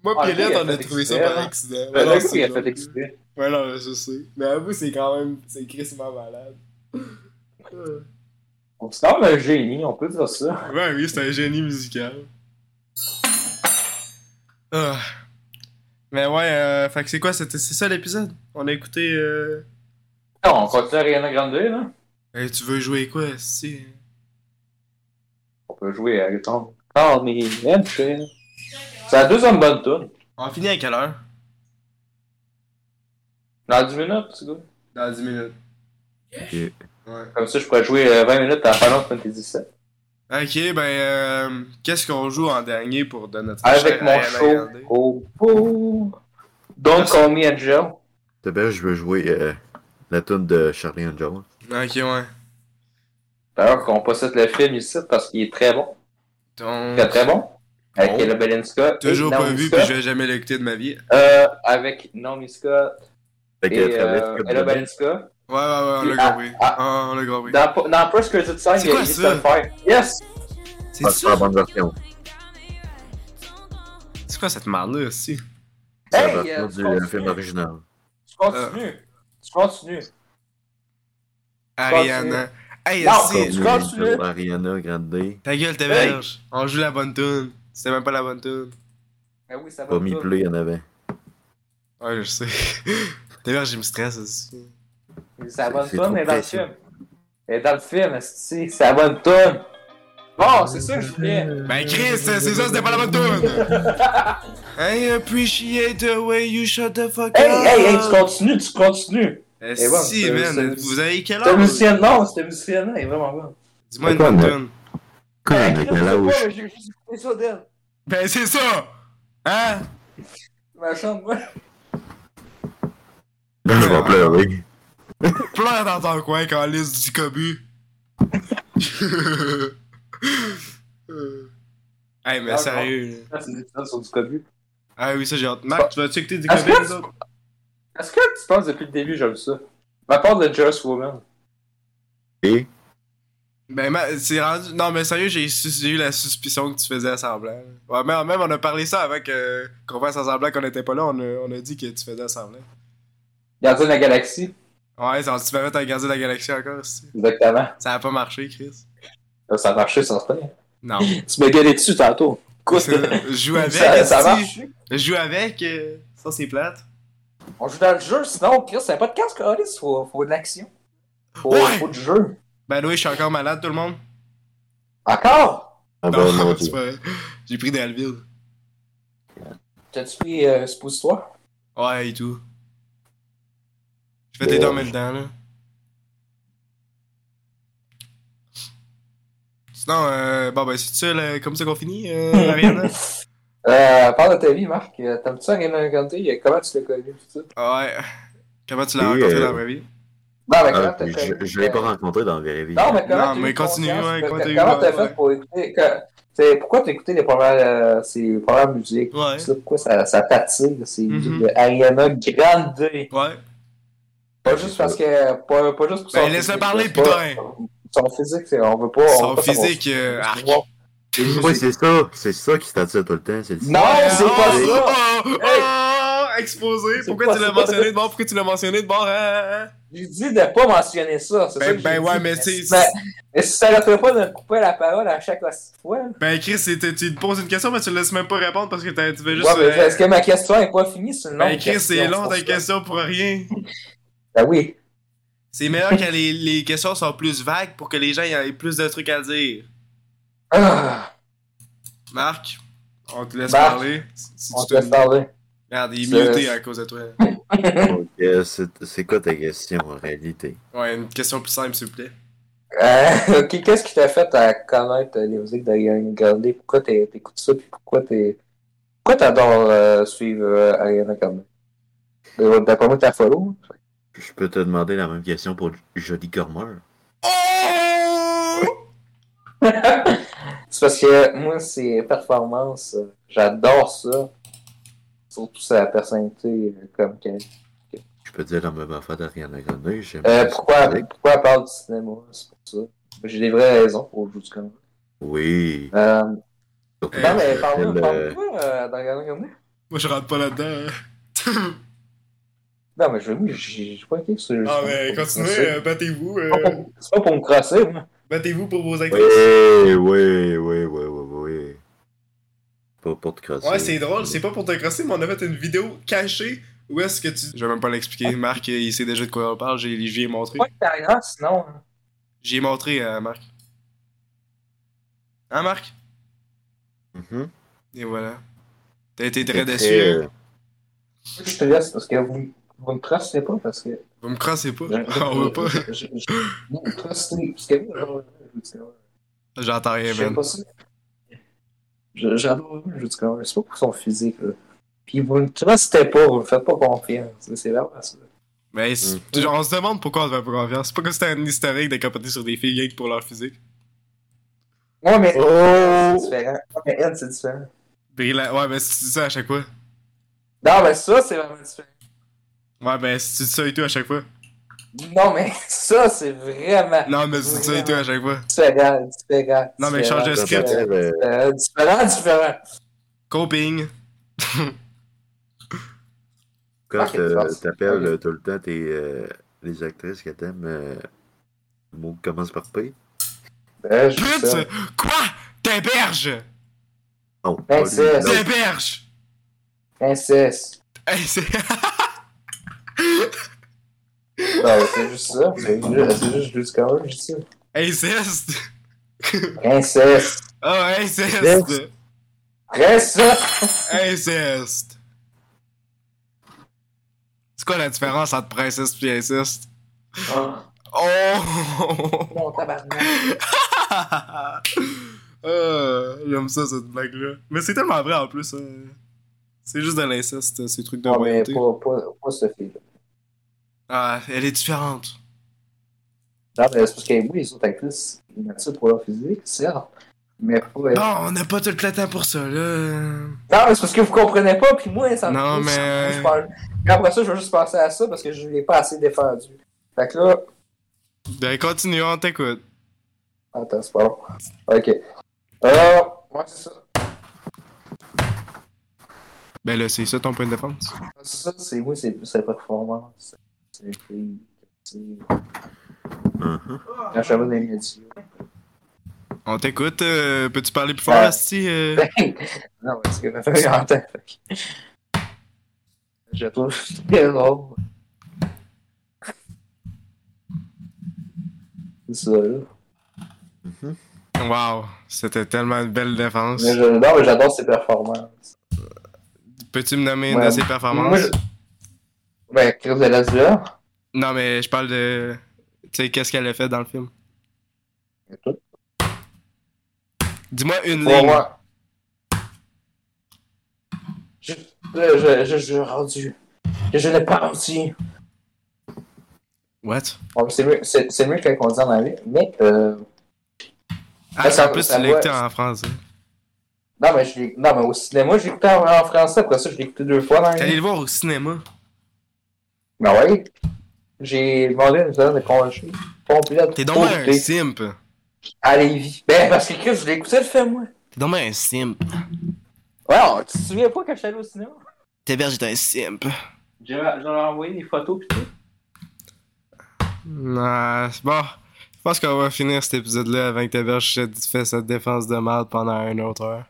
Speaker 1: Moi,
Speaker 2: Ah,
Speaker 1: pis
Speaker 2: le gars,
Speaker 1: Elliot,
Speaker 2: il a
Speaker 1: on a
Speaker 2: fait
Speaker 1: trouvé ça
Speaker 2: exprès,
Speaker 1: par
Speaker 2: hein.
Speaker 1: accident.
Speaker 2: Le
Speaker 1: Ouais, non,
Speaker 2: gars,
Speaker 1: c'est
Speaker 2: il a
Speaker 1: drôle.
Speaker 2: fait exprès.
Speaker 1: Ouais, non, je sais. Mais à vous, c'est quand même. C'est crissement malade. ouais,
Speaker 2: On se parle un génie, on peut dire ça.
Speaker 1: oui, c'est un génie musical. Ah. Mais ouais, euh, fait que c'est quoi? c'était- C'est ça l'épisode? On a écouté. euh,
Speaker 2: Non, on continue à Ariana Grande, là.
Speaker 1: Hey, tu veux jouer quoi? Si.
Speaker 2: On peut jouer à ton Call me Mansion. C'est la deuxième bonne tourne.
Speaker 1: On finit à quelle heure?
Speaker 2: Dans 10 minutes, c'est good.
Speaker 1: Dans 10 minutes.
Speaker 3: Ok.
Speaker 1: Ouais.
Speaker 2: Comme ça, je pourrais jouer euh, 20 minutes à Final Fantasy VII.
Speaker 1: Ok, ben, euh, qu'est-ce qu'on joue en dernier pour de notre
Speaker 2: Avec
Speaker 1: chère
Speaker 2: mon
Speaker 1: Ariana
Speaker 2: show
Speaker 1: Grande?
Speaker 2: au bout. Oh, Don't call me Angel.
Speaker 3: T'as bien, je veux jouer euh, la tune de Charlie and Jones.
Speaker 1: Ok, ouais.
Speaker 2: D'ailleurs, qu'on possède le film ici parce qu'il est très bon.
Speaker 1: Donc,
Speaker 2: Très, très bon. Avec
Speaker 1: Bon.
Speaker 2: Ella Belinska. et
Speaker 1: Oh. toujours pas
Speaker 2: Naomi
Speaker 1: vu,
Speaker 2: Scott.
Speaker 1: puis je vais jamais l'écouter de ma vie.
Speaker 2: Euh, avec Naomi Scott
Speaker 3: Fait
Speaker 2: et
Speaker 3: que Travis
Speaker 2: euh,
Speaker 3: Scott
Speaker 2: Ella
Speaker 3: dedans.
Speaker 2: Belinska.
Speaker 1: Ouais, ouais, ouais, on l'a
Speaker 2: Ah,
Speaker 1: compris.
Speaker 2: ah.
Speaker 1: Ah, on l'a compris.
Speaker 2: Dans, dans First Credit Sign,
Speaker 1: C'est
Speaker 2: il y a
Speaker 1: quoi
Speaker 2: Elise
Speaker 1: ça?
Speaker 2: Telfair. Yes!
Speaker 1: C'est
Speaker 3: Pas super
Speaker 1: ça?
Speaker 3: bonne version.
Speaker 1: C'est quoi cette merde-là, aussi?
Speaker 3: C'est
Speaker 2: Hey,
Speaker 3: la
Speaker 2: euh, tu
Speaker 3: version du
Speaker 2: continues.
Speaker 3: euh, film original.
Speaker 2: Tu continues. Tu continues.
Speaker 1: Ariana. Hey,
Speaker 2: Non,
Speaker 1: aussi,
Speaker 2: tu
Speaker 3: Comme,
Speaker 2: continues?
Speaker 3: euh, Ariana Grande.
Speaker 1: ta gueule, t'es
Speaker 2: Hey.
Speaker 1: vierge. On joue la bonne tune. C'était même pas la bonne tune.
Speaker 2: Ben oui, ça va.
Speaker 3: Pas mis
Speaker 2: tout.
Speaker 3: play en avant.
Speaker 1: Ouais, je sais. t'es vierge, je me stresse aussi.
Speaker 2: Ça va
Speaker 3: C'est
Speaker 2: tonne,
Speaker 3: trop
Speaker 2: elle est dans le
Speaker 3: précis.
Speaker 2: film. Elle est dans le film, esti. Ça va tonne. Bon, c'est ça que je voulais.
Speaker 1: Ben Chris, c'est ça, c'était pas la bonne tune! I appreciate the way you shut the fuck
Speaker 2: Hey,
Speaker 1: up!
Speaker 2: hey, hey, tu continues, tu continues.
Speaker 1: Eh,
Speaker 2: Eh, bon,
Speaker 1: si,
Speaker 2: c'est-
Speaker 1: man,
Speaker 2: c'est-
Speaker 1: vous avez quel
Speaker 2: Cette
Speaker 1: âge?
Speaker 2: musicienne, non, cette musicienne, elle est vraiment bonne.
Speaker 1: Dis-moi une
Speaker 3: Attends,
Speaker 1: bonne
Speaker 3: mais-
Speaker 1: tune.
Speaker 3: Quoi,
Speaker 2: Hey,
Speaker 3: mais
Speaker 2: je sais
Speaker 3: là où
Speaker 2: pas,
Speaker 3: je
Speaker 2: mais J'ai juste écouté ça d'elle.
Speaker 1: Ben c'est ça! Hein?
Speaker 2: Ma chambre, moi.
Speaker 3: Là, Ben, je vais pleurer.
Speaker 1: Pleure dans ton coin, calice du cobu! hey, mais
Speaker 2: Ah,
Speaker 1: sérieux. là.
Speaker 2: Ces épisodes sont du cobu.
Speaker 1: Ah oui, ça j'ai hâte. Marc, tu vas-tu écouter du
Speaker 2: Est-ce
Speaker 1: cobu,
Speaker 2: que
Speaker 1: les
Speaker 2: tu-
Speaker 1: autres?
Speaker 2: Est-ce que tu penses depuis le début, j'aime ça? Ma part de Just Woman.
Speaker 3: Et
Speaker 1: Ben, ma- c'est rendu. Non, mais sérieux, j'ai su- j'ai eu la suspicion que tu faisais semblant. Ouais, même, même, on a parlé ça avec. euh, qu'on fasse semblant qu'on était pas là, on a, on a dit que tu faisais semblant.
Speaker 2: Gardien de la Galaxie.
Speaker 1: Ouais, ça, tu m'as mettre à garder la galaxie encore, si.
Speaker 2: Exactement.
Speaker 1: Ça a pas marché, Chris.
Speaker 2: Là, ça a marché, sans certain.
Speaker 1: Non.
Speaker 2: Tu me gueulais dessus tantôt. Écoute,
Speaker 1: Je joue avec.
Speaker 2: ça, ça
Speaker 1: esti.
Speaker 2: marche.
Speaker 1: Je Joue avec. euh, Ça, c'est plate.
Speaker 2: On joue dans le jeu, sinon, Chris, c'est pas de casque, Alice. Faut, faut de l'action. Faut,
Speaker 1: Ouais.
Speaker 2: faut du jeu.
Speaker 1: Ben, oui, je suis encore malade, tout le monde.
Speaker 2: Encore?
Speaker 3: on va
Speaker 1: Non,
Speaker 3: monter.
Speaker 1: c'est pas vrai. J'ai pris des Alville.
Speaker 2: T'as-tu pris euh, suppositoire?
Speaker 1: Ouais, et tout. Je fais des dents en même temps, là. Sinon, euh, bon, ben, c'est ça, là, comme ça qu'on finit, euh, Ariana?
Speaker 2: Euh, parle de ta vie, Marc. Euh, T'aimes-tu ça, rien à raconter? Euh, Comment tu l'as connu, tout ça?
Speaker 1: Ouais. Comment tu l'as
Speaker 3: Et,
Speaker 1: rencontré
Speaker 3: euh,
Speaker 1: dans la vraie vie?
Speaker 2: Non, mais comment
Speaker 3: Ah,
Speaker 2: t'as
Speaker 3: Je
Speaker 2: connu,
Speaker 3: je l'ai
Speaker 2: euh,
Speaker 3: pas rencontré dans la vraie vie.
Speaker 2: Non, mais
Speaker 1: Non,
Speaker 2: comment
Speaker 1: mais
Speaker 2: t'as eu
Speaker 1: continue,
Speaker 2: confiance?
Speaker 1: ouais,
Speaker 2: Comment-
Speaker 1: continue,
Speaker 2: Comment t'as
Speaker 1: ouais.
Speaker 2: fait pour écouter... que- t'sais, Pourquoi t'as écouté les premières, euh, ces premières musiques?
Speaker 1: Ouais.
Speaker 2: Tu sais pourquoi ça, ça t'attire, ces
Speaker 1: Mhm.
Speaker 2: musiques de Ariana Grande?
Speaker 1: Ouais.
Speaker 2: Pas juste parce que... Pas, pas juste pour
Speaker 1: Ben,
Speaker 2: son
Speaker 1: laisse-le
Speaker 2: physique,
Speaker 1: parler,
Speaker 2: c'est pas-
Speaker 1: putain.
Speaker 2: Son physique, c'est- on veut pas... on veut
Speaker 1: Son
Speaker 2: pas savoir
Speaker 1: physique, euh,
Speaker 2: ça.
Speaker 1: arc. Ah,
Speaker 3: Oui, c'est ça. C'est ça qui t'attire tout le temps. c'est le-
Speaker 2: Non, c'est
Speaker 1: oh,
Speaker 2: pas ça!
Speaker 1: Oh, oh, oh, Ah, exposé.
Speaker 2: C'est
Speaker 1: Pourquoi
Speaker 2: quoi
Speaker 1: tu l'as
Speaker 2: ça?
Speaker 1: mentionné de bord? Pourquoi tu l'as mentionné de bord? Ah, ah, ah.
Speaker 2: J'ai dit de pas mentionner ça. c'est ça
Speaker 1: Ben,
Speaker 2: que
Speaker 1: ben
Speaker 2: j'ai
Speaker 1: ouais,
Speaker 2: dit.
Speaker 1: mais tu sais.
Speaker 2: Ben, mais si ça ne ferait pas de me couper la parole à chaque fois. là.
Speaker 1: Ben, Chris, c'était- tu te poses une question, mais tu ne laisses même pas répondre parce que t'as- tu veux juste.
Speaker 2: Ouais, mais
Speaker 1: euh,
Speaker 2: Est-ce que ma question n'est pas finie? C'est une longue
Speaker 1: ben, Chris, c'est
Speaker 2: question,
Speaker 1: long
Speaker 2: pour
Speaker 1: ta
Speaker 2: ça.
Speaker 1: question pour rien.
Speaker 2: Ben oui.
Speaker 1: C'est meilleur quand les, les questions sont plus vagues pour que les gens y aient plus de trucs à dire.
Speaker 2: Ah,
Speaker 1: Marc, on te laisse
Speaker 2: Marc,
Speaker 1: parler. Si
Speaker 2: on
Speaker 1: tu
Speaker 2: te laisse parler.
Speaker 1: Merde, il
Speaker 2: C'est-
Speaker 1: est muté à cause de toi.
Speaker 3: Donc, euh, c'est c'est quoi ta question en réalité?
Speaker 1: Ouais, une question plus simple, s'il vous plaît.
Speaker 2: Euh, ok, qu'est-ce qui t'a fait à connaître euh, les musiques d'Ariana Grande? Pourquoi t'é- t'écoutes ça? Puis pourquoi t'es. Pourquoi t'adores euh, suivre euh, Ariana Grande? Euh, D'après moi, t'as follow.
Speaker 3: Je peux te demander la même question pour Jody Cormer.
Speaker 2: C'est parce que moi, ses performances, euh, j'adore ça. Surtout sa personnalité euh, comme qu'elle.
Speaker 3: Je peux dire la même affaire d'Ariana Grande. j'aime
Speaker 2: Euh,
Speaker 3: ça,
Speaker 2: pourquoi,
Speaker 3: son musique.
Speaker 2: pourquoi elle parle du cinéma? C'est pour ça. J'ai des vraies raisons pour jouer du cinéma.
Speaker 3: Oui.
Speaker 2: Euh,
Speaker 3: Surtout
Speaker 1: Euh,
Speaker 2: non, mais
Speaker 3: que
Speaker 2: parle-moi
Speaker 3: elle,
Speaker 2: parle
Speaker 3: euh,
Speaker 2: d'Ariana Grande.
Speaker 1: Moi, je rentre pas là-dedans. hein.
Speaker 2: Non, mais je veux, j'ai j'ai pas écrit sur
Speaker 1: Ah, mais continuez, euh, battez-vous. euh,
Speaker 2: C'est pas pour- c'est pas pour me crosser, moi.
Speaker 1: battez-vous pour vos actrices.
Speaker 3: Oui, oui, oui, oui, oui, oui. Pas pour te crosser.
Speaker 1: Ouais, c'est drôle, c'est pas pour te crosser, mais on a fait une vidéo cachée où est-ce que tu. Je vais même pas l'expliquer. Marc, il sait déjà de quoi on parle, j'ai- j'y ai montré.
Speaker 2: Pas que t'as grave, sinon. hein.
Speaker 1: J'y ai montré à Marc. Hein, Marc?
Speaker 3: Mhm.
Speaker 1: Et voilà. T'as été très
Speaker 3: C'est
Speaker 1: déçu.
Speaker 3: très,
Speaker 1: hein?
Speaker 3: euh,
Speaker 2: Je te laisse parce que vous, vous me crossez pas parce que.
Speaker 1: Vous me crassez pas. on veut pas.
Speaker 2: Je, je, je- vous me crossez parce que. euh, je-
Speaker 1: J'entends rien,
Speaker 2: J'aime
Speaker 1: man.
Speaker 2: pas ça. Je- J'adore le jeu du corps. C'est pas pour son physique, là. Puis vous me trustez pas, vous me faites pas confiance. C'est vraiment ça.
Speaker 1: Mais c'est-
Speaker 3: Mm.
Speaker 1: genre, on se demande pourquoi on te fait pas confiance. C'est pas que c'était un historique de capoter sur des filles gays pour leur physique.
Speaker 2: Ouais, mais.
Speaker 3: Oh!
Speaker 2: C'est différent. Ouais, mais elle, c'est différent.
Speaker 1: Brillant. Ouais, ben si tu dis ça à chaque fois.
Speaker 2: Non, mais ça, c'est vraiment différent.
Speaker 1: Ouais, ben si tu dis ça et tout à chaque fois.
Speaker 2: Non, mais ça, c'est vraiment.
Speaker 1: Non, mais si tu dis ça et tout à chaque fois.
Speaker 2: Différent, différent.
Speaker 1: Non, mais change de
Speaker 3: ça
Speaker 1: script.
Speaker 3: s'appelle, euh,
Speaker 2: Euh, différent, différent.
Speaker 1: Coping. Ah,
Speaker 3: Quand
Speaker 2: Ok,
Speaker 3: euh,
Speaker 2: parfait.
Speaker 3: t'appelles euh, tout le temps tes, euh, les actrices que t'aimes, euh, le mot commence par P.
Speaker 2: Euh, je dis ça.
Speaker 1: Pute! Quoi? T'héberges!
Speaker 3: Non,
Speaker 2: Ben,
Speaker 3: Oh, pas lui,
Speaker 2: c'est-
Speaker 3: l'autre.
Speaker 1: T'héberges!
Speaker 2: Inceste.
Speaker 1: Hey, c'est.
Speaker 2: Non, Ah, mais c'est juste ça. C'est juste, c'est juste le jeu du corps, je dis ça.
Speaker 1: Inceste!
Speaker 2: Inceste.
Speaker 1: Oh, inceste!
Speaker 2: Reste ça.
Speaker 1: Inceste! C'est quoi la différence entre princesse et inceste? Oh!
Speaker 2: Mon tabarnak.
Speaker 1: Ah, J'aime ça, cette blague-là. Mais c'est tellement vrai en plus. euh. C'est juste de l'inceste, ces trucs de
Speaker 2: Non, Ah, mais
Speaker 1: royauté.
Speaker 2: pas, pas, pas Sophie, là.
Speaker 1: Ah, elle est différente.
Speaker 2: Non, mais c'est parce que oui, les autres actrices, ils mettent ça pour leur physique, certes. Mais pas. Non,
Speaker 1: Non, on n'a pas tout le temps pour ça, là.
Speaker 2: mais c'est parce que vous comprenez pas, puis moi, ça me.
Speaker 1: Non, mais- euh,
Speaker 2: Je parle- Puis après ça, je vais juste penser à ça parce que je l'ai pas assez défendu. Fait que là.
Speaker 1: Ben, continue, on t'écoute.
Speaker 2: Attends, c'est pas long. Ok. Alors, ouais, c'est ça.
Speaker 1: Ben là, c'est ça ton point de défense?
Speaker 2: C'est ça, c'est moi, c'est sa performance. C'est les filles.
Speaker 3: Mhm.
Speaker 2: Quand je dans les médias.
Speaker 1: On t'écoute. euh, Peux-tu parler plus fort,
Speaker 2: Euh.
Speaker 1: si
Speaker 2: Non, parce que ma famille entend. fait que- Je trouve très drôle. C'est ça, là.
Speaker 1: Wow, c'était tellement une belle défense.
Speaker 2: Mais je- non, mais j'adore ses performances.
Speaker 1: Peux-tu me nommer une
Speaker 2: Ouais.
Speaker 1: de ses performances?
Speaker 2: Moi, je- Ben, Chris de l'Azur.
Speaker 1: Non, mais je parle de. Tu sais, qu'est-ce qu'elle a fait dans le film?
Speaker 2: Pour
Speaker 1: Dis-moi une ligne.
Speaker 2: moi. Je, je, je, je, je rendu. Je, je l'ai pas rendu.
Speaker 1: What?
Speaker 2: Bon, c'est mieux, c'est, c'est mieux que quand on dit en anglais, mais euh,
Speaker 1: Ah,
Speaker 2: Ça,
Speaker 1: en plus,
Speaker 2: ça
Speaker 1: tu l'as écouté
Speaker 2: doit-
Speaker 1: en français.
Speaker 2: non, mais je l'ai- non, mais au cinéma, j'ai écouté en, en français, après ça, je l'ai écouté deux fois dans
Speaker 1: T'es allé
Speaker 2: l'année.
Speaker 1: le voir au cinéma.
Speaker 2: Ben ouais. J'ai demandé une zone de congé complète.
Speaker 1: T'es
Speaker 2: pour
Speaker 1: donc bien un
Speaker 2: écouter
Speaker 1: simp.
Speaker 2: À Lévis. Ben, parce que Chris, je l'ai écouté le film, moi.
Speaker 1: T'es donc bien un simp.
Speaker 2: Ouais, on- tu te souviens pas quand je suis allé au cinéma?
Speaker 1: Théberge est un simple.
Speaker 4: J'ai j'ai envoyé des photos pis tout.
Speaker 1: Nah, c'est bon, je pense qu'on va finir cet épisode-là avant que Théberge fait sa défense de mal pendant une autre heure.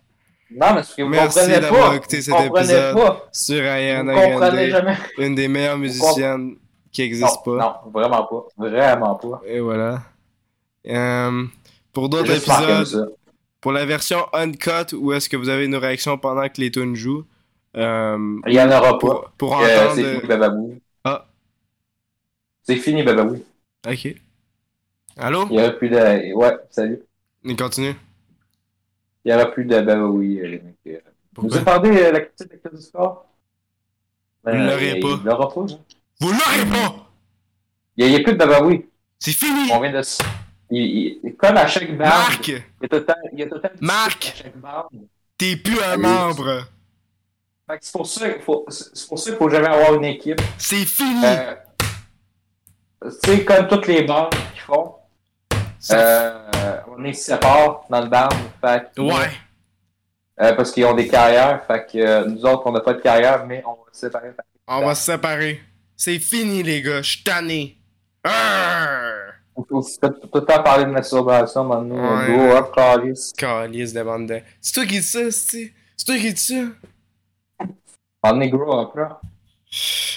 Speaker 2: Non, mais c'est que vous
Speaker 1: Merci
Speaker 2: comprenez
Speaker 1: d'avoir
Speaker 2: pas.
Speaker 1: écouté
Speaker 2: vous
Speaker 1: cet
Speaker 2: comprenez
Speaker 1: épisode.
Speaker 2: pas.
Speaker 1: Sur
Speaker 2: Vous
Speaker 1: Ariana
Speaker 2: comprenez
Speaker 1: Grande,
Speaker 2: jamais.
Speaker 1: une des meilleures musiciennes qui existe pas.
Speaker 2: Non, non, vraiment pas. Vraiment pas.
Speaker 1: Et voilà. Euh, pour d'autres
Speaker 2: Juste marqué comme
Speaker 1: épisodes,
Speaker 2: ça.
Speaker 1: pour la version uncut, où est-ce que vous avez nos réactions pendant que les tunes jouent, euh,
Speaker 2: Il y en aura pas.
Speaker 1: pour, pour
Speaker 2: Euh,
Speaker 1: entendre...
Speaker 2: c'est fini, Bababou.
Speaker 1: Ah.
Speaker 2: C'est fini, Bababou.
Speaker 1: Ok. Allô?
Speaker 2: Il n'y aura plus de. Ouais, salut.
Speaker 1: Il continue.
Speaker 2: Il n'y aura plus de Bababoui. euh, mec, euh. Vous
Speaker 1: Pourquoi?
Speaker 2: avez parlé de la petite acte du score
Speaker 1: Vous l'aurez
Speaker 2: Ben, il-
Speaker 1: pas.
Speaker 2: Il l'aura pas. hein.
Speaker 1: Vous l'aurez pas!
Speaker 2: Il n'y a, plus de Bababoui.
Speaker 1: C'est fini!
Speaker 2: On vient de. s- il- il- Comme à chaque bande,
Speaker 1: Marc!
Speaker 2: il y a tout le temps- il y a tout le temps.
Speaker 1: Marc!
Speaker 2: À chaque bande.
Speaker 1: T'es plus un
Speaker 2: Allez.
Speaker 1: membre!
Speaker 2: Fait que C'est pour ça qu'il faut, c'est pour ça qu'il faut jamais avoir une équipe.
Speaker 1: C'est fini!
Speaker 2: Euh, tu sais, comme toutes les bandes qu'ils font,
Speaker 1: Ça-
Speaker 2: euh, on est séparés dans le band. Fait que-
Speaker 1: ouais!
Speaker 2: Euh, parce qu'ils ont des carrières. Fait que euh, nous autres, on n'a pas de carrière, mais on va se séparer.
Speaker 1: On va se séparer. C'est fini, les gars. Je suis tanné. Arrgh!
Speaker 2: Faut faut- faut tout le temps parler de masturbation, maintenant.
Speaker 1: Ouais.
Speaker 2: Grow up, Carlis.
Speaker 1: Calice de bande de... C'est toi qui dis ça, c'est C'est toi qui dis ça?
Speaker 2: On est grow up, là.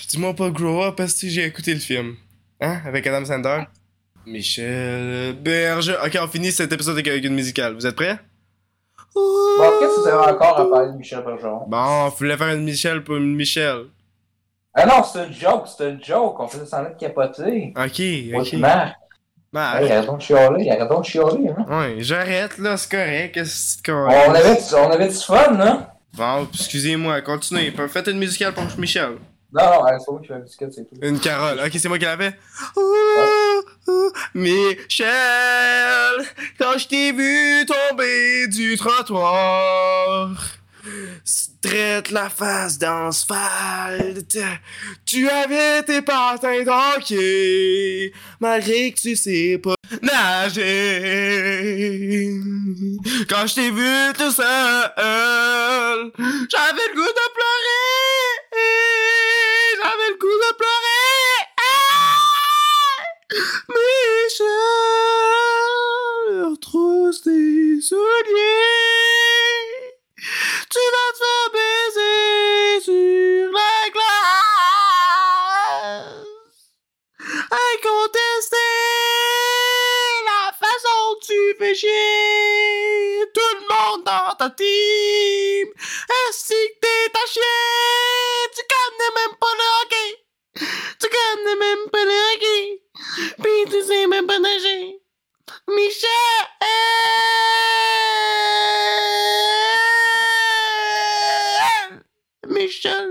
Speaker 1: Dis-moi pas grow up parce que j'ai écouté le film. Hein? Avec Adam Sandler. Michel Berger. Ok, on finit cet épisode avec- avec une musicale. Vous êtes prêts?
Speaker 2: Bon, qu'est-ce que vous avez encore à parler de Michel Bergeron?
Speaker 1: Bon, on voulait faire une Michel pour une Michel.
Speaker 2: Ah non, c'est une joke, c'est une joke. On faisait semblant de capoter.
Speaker 1: Ok, ok.
Speaker 2: Autrement,
Speaker 1: Bah,
Speaker 2: hey, arrêtons de chialer, arrêtons de chialer, hein.
Speaker 1: ouais, j'arrête là, c'est correct. Qu'est-ce que c'est qu'on-
Speaker 2: On avait, du- on avait du fun, hein?
Speaker 1: Bon, excusez-moi, continuez. Faites une musicale pour Michel.
Speaker 2: Non, non, allez, c'est pas moi qui fais la biscuit, c'est tout.
Speaker 1: Une carole. Ok, c'est moi qui l'avais. Ouh, ouh, Michel, quand je t'ai vu tomber du trottoir, s- traite la face d'asphalte. Tu avais tes patins d'hockey, malgré que tu sais pas nager. Quand je t'ai vu tout seul, j'avais le goût de pleurer. J'avais le goût de pleurer. Ah! Michel, retrousse tes souliers. Tu vas te faire baiser sur la glace. Incontesté, la façon dont tu fais chier. Tout le monde dans ta team. Ainsi que t'es taché, tu connais même pas le hockey. Tu connais même pas le hockey. Puis tu sais même pas nager. Michel! Michel!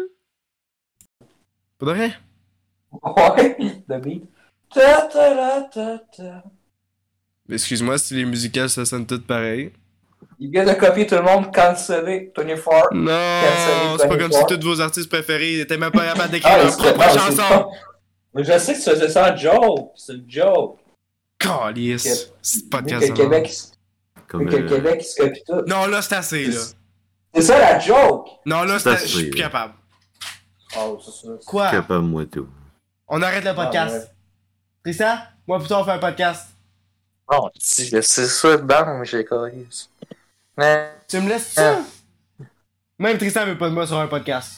Speaker 1: Pas de rien.
Speaker 2: Ouais, le beat. Ta ta la ta ta.
Speaker 1: Excuse-moi si les musicales ça sonne toutes pareilles.
Speaker 2: Il vient de copier tout le monde, canceller, Tony Ford.
Speaker 1: Non,
Speaker 2: Cancellé,
Speaker 1: c'est pas comme si
Speaker 2: Tony
Speaker 1: tous vos artistes préférés n'étaient même pas capables d'écrire
Speaker 2: Ah,
Speaker 1: leur
Speaker 2: c'est
Speaker 1: propre
Speaker 2: pas
Speaker 1: chanson.
Speaker 2: Mais je sais que tu faisais ça en joke. C'est une joke.
Speaker 1: Calice. C'est pas de
Speaker 2: Vu que le Québec, vu
Speaker 3: Comme,
Speaker 2: que le
Speaker 3: euh,
Speaker 2: Québec, il se copie tout.
Speaker 1: Non, là, c'est assez, là.
Speaker 2: C'est ça la joke.
Speaker 1: Non, là, c'est
Speaker 3: C'est
Speaker 1: assez. Je suis
Speaker 3: assez,
Speaker 1: plus
Speaker 3: là.
Speaker 1: capable.
Speaker 2: Oh, c'est ça.
Speaker 1: Quoi?
Speaker 3: capable, moi, tout.
Speaker 1: On arrête le
Speaker 2: Ah, ouais.
Speaker 1: podcast. Tristan, moi, plutôt, on fait un podcast.
Speaker 2: Non, c'est ça, bang, Ah, j'ai corrigé. Mais.
Speaker 1: Tu me laisses
Speaker 2: Ah.
Speaker 1: ça? Même Tristan veut pas de moi sur un podcast.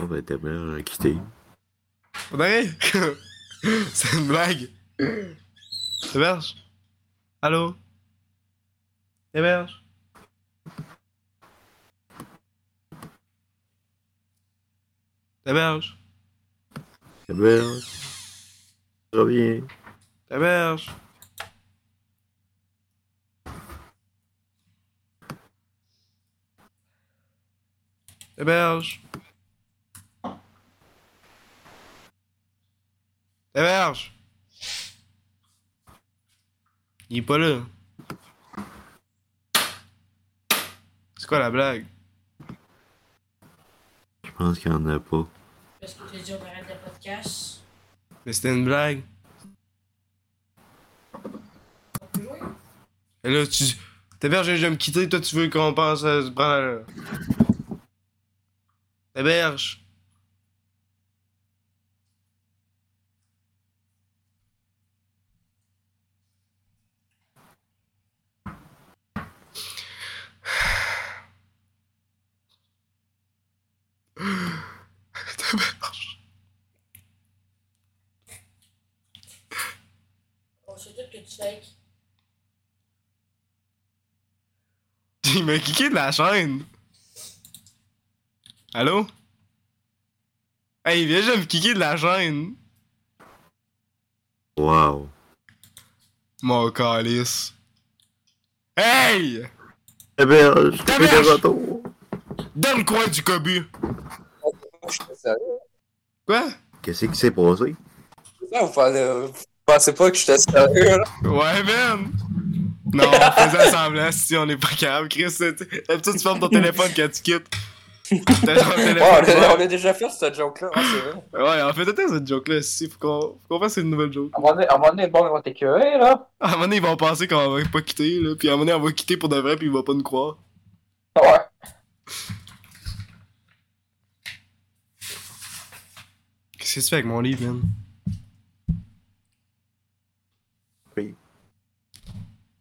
Speaker 3: Oh, ben, t'as bien quitté.
Speaker 1: On arrête? c'est une blague. Héberge? Allô? Héberge? Héberge?
Speaker 3: T'as bien. euh, Reviens.
Speaker 1: Héberge? Héberge? Héberge? Il est pas là. C'est quoi la blague?
Speaker 3: Je pense qu'il y en a pas.
Speaker 5: Parce que j'ai dit on arrête le podcast.
Speaker 1: Mais c'était une blague.
Speaker 5: On peut jouer?
Speaker 1: Et là, tu. Taberge, je vais me quitter, toi tu veux qu'on pense à se prendre la... Taberge.
Speaker 5: On sait tout que tu fake.
Speaker 1: Il m'a kické de la chaîne. Allô? Hey, il vient juste me kicker de la chaîne.
Speaker 3: Wow.
Speaker 1: Mon calice. Hey!
Speaker 3: Taberge, euh, je
Speaker 1: Taberge!
Speaker 3: suis de retour.
Speaker 1: Dans le coin du cobu. Quoi?
Speaker 3: Qu'est-ce qui s'est passé?
Speaker 2: Là, vous pensez, vous pensez pas que j'étais sérieux, là?
Speaker 1: Ouais, man! Non, on faisait semblant si on est pas capable, Chris. c'est- D'habitude, tu fermes ton téléphone quand tu quittes. T'as genre le
Speaker 2: Ouais, on,
Speaker 1: téléphone.
Speaker 2: a, on a déjà fait cette joke-là, ouais, c'est vrai.
Speaker 1: Ouais, on fait tout le temps cette joke-là ici. Faut qu'on faut qu'on fasse une nouvelle joke.
Speaker 2: À un moment donné, à un moment donné, le monde va t'écœurer, là.
Speaker 1: À un moment donné, ils vont penser qu'on va pas quitter, là. Puis à un moment donné, on va quitter pour de vrai, puis ils vont pas nous croire.
Speaker 2: Ouais.
Speaker 1: Qu'est-ce que tu fais avec mon livre, man?
Speaker 3: Oui.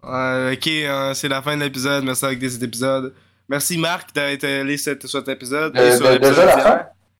Speaker 1: Euh, ok, euh, c'est la fin de l'épisode. Merci avec des épisodes. Merci Marc d'avoir été allé sur cet épisode.
Speaker 2: Euh,
Speaker 1: et sur
Speaker 2: ben,
Speaker 1: l'épisode
Speaker 2: déjà la
Speaker 1: d'hier.
Speaker 2: fin?